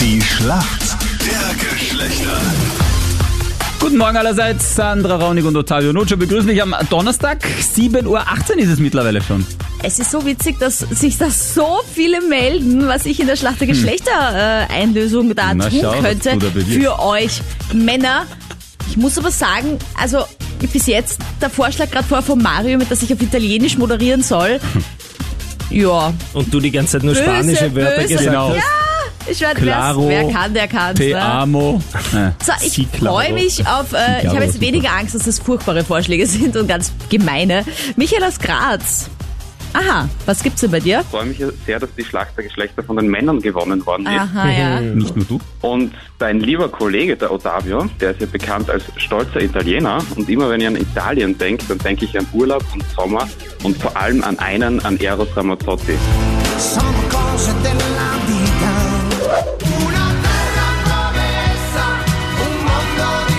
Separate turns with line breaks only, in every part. Die Schlacht der Geschlechter.
Guten Morgen allerseits, Sandra Raunig und Ottavio Nuccio begrüßen dich am Donnerstag, 7.18 Uhr ist es mittlerweile schon.
Es ist so witzig, dass sich da so viele melden, was ich in der Schlacht der Geschlechter äh, Einlösung da
Hm. Na,
tun
schau, was
könnte
du da bewirkst.
für euch Männer. Ich muss aber sagen, also bis jetzt der Vorschlag gerade vorher von Mario, mit dass ich auf Italienisch moderieren soll.
Hm.
Ja,
Und du die ganze Zeit nur
Böse,
spanische Wörter
böse.
gesagt
Genau.
hast.
ich werde
Claro,
wer kann, der kann.
Te amo. Äh,
So, ich
Sie claro.
freue mich auf. Äh, ich
claro,
habe jetzt
super.
weniger Angst, dass das furchtbare Vorschläge sind und ganz gemeine. Michael aus Graz. Aha, was gibt's denn bei dir?
freue mich sehr, dass die Schlacht der Geschlechter von den Männern gewonnen worden ist.
Aha, ja.
nicht nur du.
Und dein lieber Kollege, der Ottavio, der ist ja bekannt als stolzer Italiener. Und immer wenn ich an Italien denke, dann denke ich an Urlaub und Sommer und vor allem an einen, an Eros Ramazzotti.
sono cose della vita. Una terra promessa, un mondo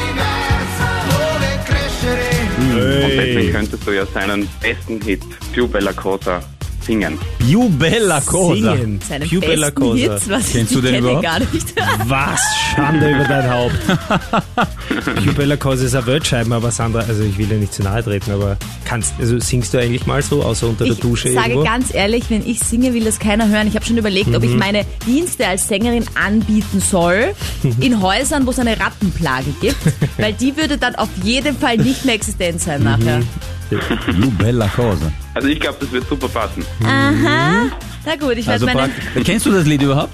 diverso, dove crescere.
Und deswegen könntest du ja seinen besten Hit, Più Bella Cosa, singen.
Più bella cosa.
Singen.
Seinen
Più bella
besten
cosa.
Hits, was
Kennst
ich
du den
kenne
überhaupt?
gar nicht.
Was? Schande über dein Haupt. Più bella cosa ist ein Weltscheiben, aber Sandra, also ich will dir nicht zu nahe treten, aber kannst, also singst du eigentlich mal so, außer unter der
Ich
Dusche
sage
irgendwo?
ganz ehrlich, wenn ich singe, will das keiner hören. Ich habe schon überlegt, ob
Mhm.
ich meine Dienste als Sängerin anbieten soll in Häusern, wo es eine Rattenplage gibt, weil die würde dann auf jeden Fall nicht mehr existent
Mhm.
sein nachher.
Più bella cosa.
Also ich glaube, das wird super passen.
Aha. Na gut, ich werde
Also
meine
praktisch. Kennst du das Lied überhaupt?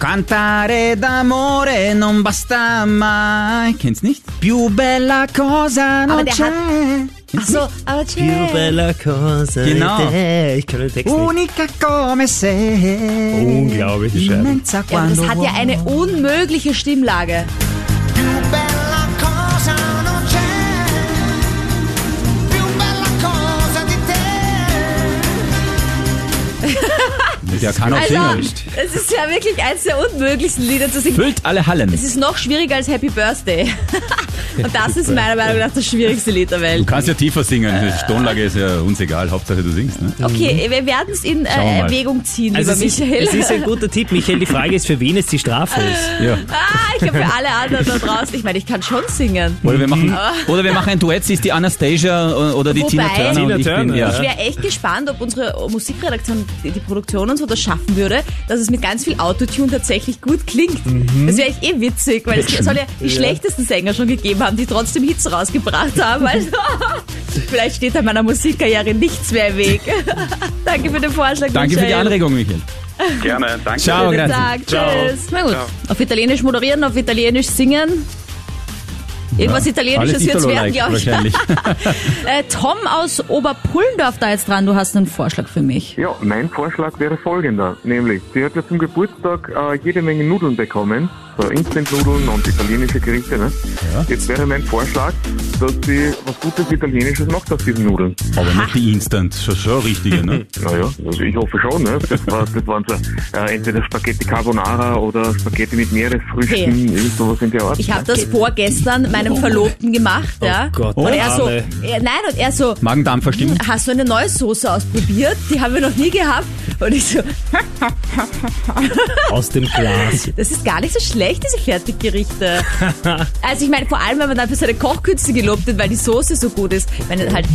Cantare d'amore non basta mai. Kennst nicht? Più bella cosa non
Aber der hat- Ach so, aber
Più
chill.
bella cosa.
Genau.
Eh, Ich kann den Text
Oh,
nicht.
Unica come sei.
Unglaubliche Scheiben.
Immensa
Ja, aber
quando
das hat ja eine unmögliche Stimmlage.
Più bella cosa non c'è, più bella cosa di te.
Der kann auch
Also,
singen.
es ist ja wirklich eines der unmöglichsten Lieder zu singen.
Füllt alle Hallen.
Es ist noch schwieriger als Happy Birthday. Und das ist meiner Meinung nach das schwierigste Lied der Welt.
Du kannst ja tiefer singen. Die Tonlage ist ja uns egal. Hauptsache du singst. Ne?
Mhm.
Okay, wir werden es in
Schauen wir
äh,
mal.
Erwägung ziehen,
Also
lieber
es ist,
Michael.
es ist ein guter Tipp, Michael. Die Frage ist, für wen es die Strafe ist.
Ja.
ah, ich habe für alle anderen da draußen. Ich meine, ich kann schon singen.
Oder wir machen, oder wir machen ein Duett, sie ist die Anastasia äh, oder die Tina
Wobei-
Turner. und ich
Tina
bin,
Turner,
ja.
Ich wäre echt gespannt, ob unsere Musikredaktion die die Produktion und so das schaffen würde, dass es mit ganz viel Autotune tatsächlich gut klingt.
Mhm.
Das wäre echt eh witzig, weil es soll ja die schlechtesten Sänger schon gegeben haben, die trotzdem Hits rausgebracht haben. Also, vielleicht steht da meiner Musikkarriere nichts mehr im Weg. Danke für den Vorschlag,
Danke für die
Michael.
Anregung, Michael.
Gerne, danke.
Ciao,
Schönen
grazie.
Tag. Tschüss. Na gut. Auf Italienisch moderieren, auf Italienisch singen. Irgendwas
Ja,
Italienisches
alles
jetzt werden,
Italo-like
glaube ich.
Wahrscheinlich.
Äh, Tom aus Oberpullendorf da jetzt dran. Du hast einen Vorschlag für mich.
Ja, mein Vorschlag wäre folgender, nämlich, sie hat ja zum Geburtstag äh, jede Menge Nudeln bekommen, so Instant-Nudeln und italienische Gerichte, ne? Jetzt wäre mein Vorschlag, dass sie was Gutes Italienisches macht aus diesen Nudeln.
Aber nicht die Instant, schon, schon richtige, ne?
Naja, also ich hoffe schon, ne? Das, war, das waren so äh, entweder Spaghetti Carbonara oder Spaghetti mit Meeresfrüchten,
Okay.
irgend sowas in der Art. ne?
Ich habe das vorgestern meinem Verlobten
Oh
gemacht, ja.
Gott,
und
der
er so,
Arme.
er, nein, und er so,
Magendampfer stimmt.
hast du eine neue Soße ausprobiert? Die haben wir noch nie gehabt. Und ich so,
Aus dem Glas.
das ist gar nicht so schlecht, diese Fertiggerichte. also ich meine, vor allem, wenn man dann für seine Kochkünste gelobt wird, weil die Soße so gut ist. Ich meine, halt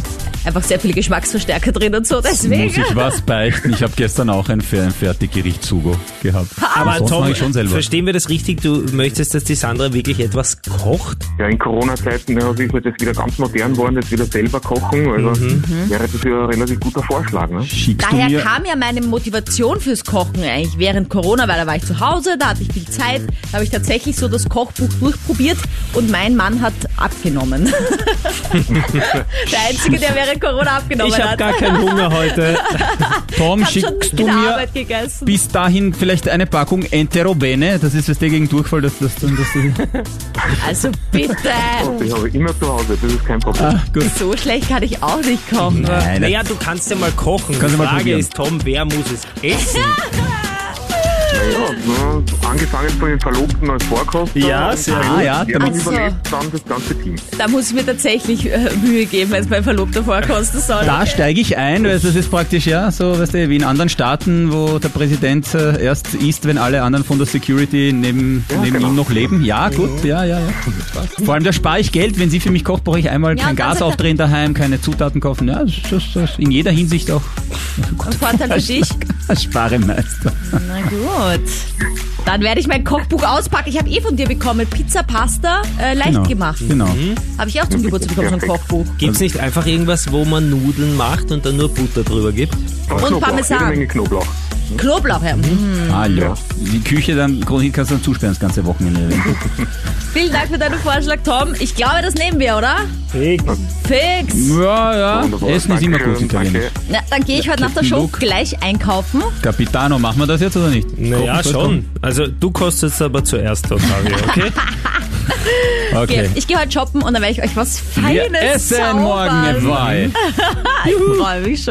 einfach sehr viele Geschmacksverstärker drin und so,
Muss
deswegen.
ich was beichten? Ich habe gestern auch ein Fer- ein Fertiggericht Zugo gehabt.
Aber
sonst
Tom,
mache ich schon selber.
verstehen wir das richtig? Du möchtest, dass die Sandra wirklich etwas kocht?
Ja, in Corona-Zeiten ja, ist mir das wieder ganz modern worden, jetzt wieder selber kochen, also
Mhm.
wäre das ja ein relativ guter Vorschlag, ne?
Schickst du
Daher
mir
kam ja meine Motivation fürs Kochen eigentlich während Corona, weil da war ich zu Hause, da hatte ich viel Zeit, da habe ich tatsächlich so das Kochbuch durchprobiert und mein Mann hat abgenommen. der Einzige, der während Corona abgenommen
Ich habe
hat.
gar keinen Hunger heute.
Tom,
hab schon
schickst
in
du
der
mir
Arbeit gegessen.
bis dahin vielleicht eine Packung Enterobene? Das ist das der gegen Durchfall, das, das, das, das
Also bitte,
Die habe ich immer zu Hause, das ist kein Problem.
gut.
so schlecht kann ich auch nicht kochen.
Nein,
Naja, du kannst ja mal kochen.
Kannst du
die
mal
Frage
probieren.
ist, Tom, wer muss es essen?
Ja, na, angefangen von den Verlobten als Vorkoster.
Ja, sehr
und
gut. Ah, ja,
der
damit-
dann
Ach so.
überlebt dann das ganze Team.
Da muss ich mir tatsächlich äh, Mühe geben, wenn es mein Verlobter vorkosten soll.
Da steige ich ein, weil das ist praktisch ja so, weißt du, wie in anderen Staaten, wo der Präsident äh, erst ist, wenn alle anderen von der Security neben, neben
genau.
ihm noch leben. Ja, gut, ja, ja, ja. Vor allem da spare ich Geld, wenn sie für mich kocht, brauche ich einmal
Ja,
kein
und dann
Gas
sagt er-
aufdrehen daheim, keine Zutaten kaufen. Ja, das, das, das in jeder Hinsicht auch
Ein Vorteil für dich.
Sparemeister.
Na gut. Dann werde ich mein Kochbuch auspacken. Ich habe eh von dir bekommen. Pizza, Pasta, äh, leicht
Genau,
gemacht.
Genau.
Mhm.
Habe ich auch zum Geburtstag bekommen, so ein Kochbuch.
Gibt's nicht einfach irgendwas, wo man Nudeln macht und dann nur Butter drüber gibt?
Und
Parmesan.
Jede Menge Knoblauch.
Knoblauch,
Mhm.
Mhm. ja.
Hallo.
Ja.
Die Küche dann, Chronik kannst du dann zusperren das ganze Wochenende.
Vielen Dank für deinen Vorschlag, Tom. Ich glaube, das nehmen wir, oder?
Fix.
Mhm.
Fix.
Ja, ja.
Wunderbar.
Essen ist immer
Dankeschön,
gut italienisch.
danke.
Na, dann gehe ich heute nach der Show
Look.
gleich einkaufen.
Capitano, machen wir das jetzt oder nicht?
Naja,
Kochen soll
schon. Also du kostest aber zuerst, Octavio, okay?
kommen. Okay.
Ich gehe heute shoppen und dann werde ich euch was Feines
Wir essen morgen
zaubern.
etwa.
Ich freue mich schon.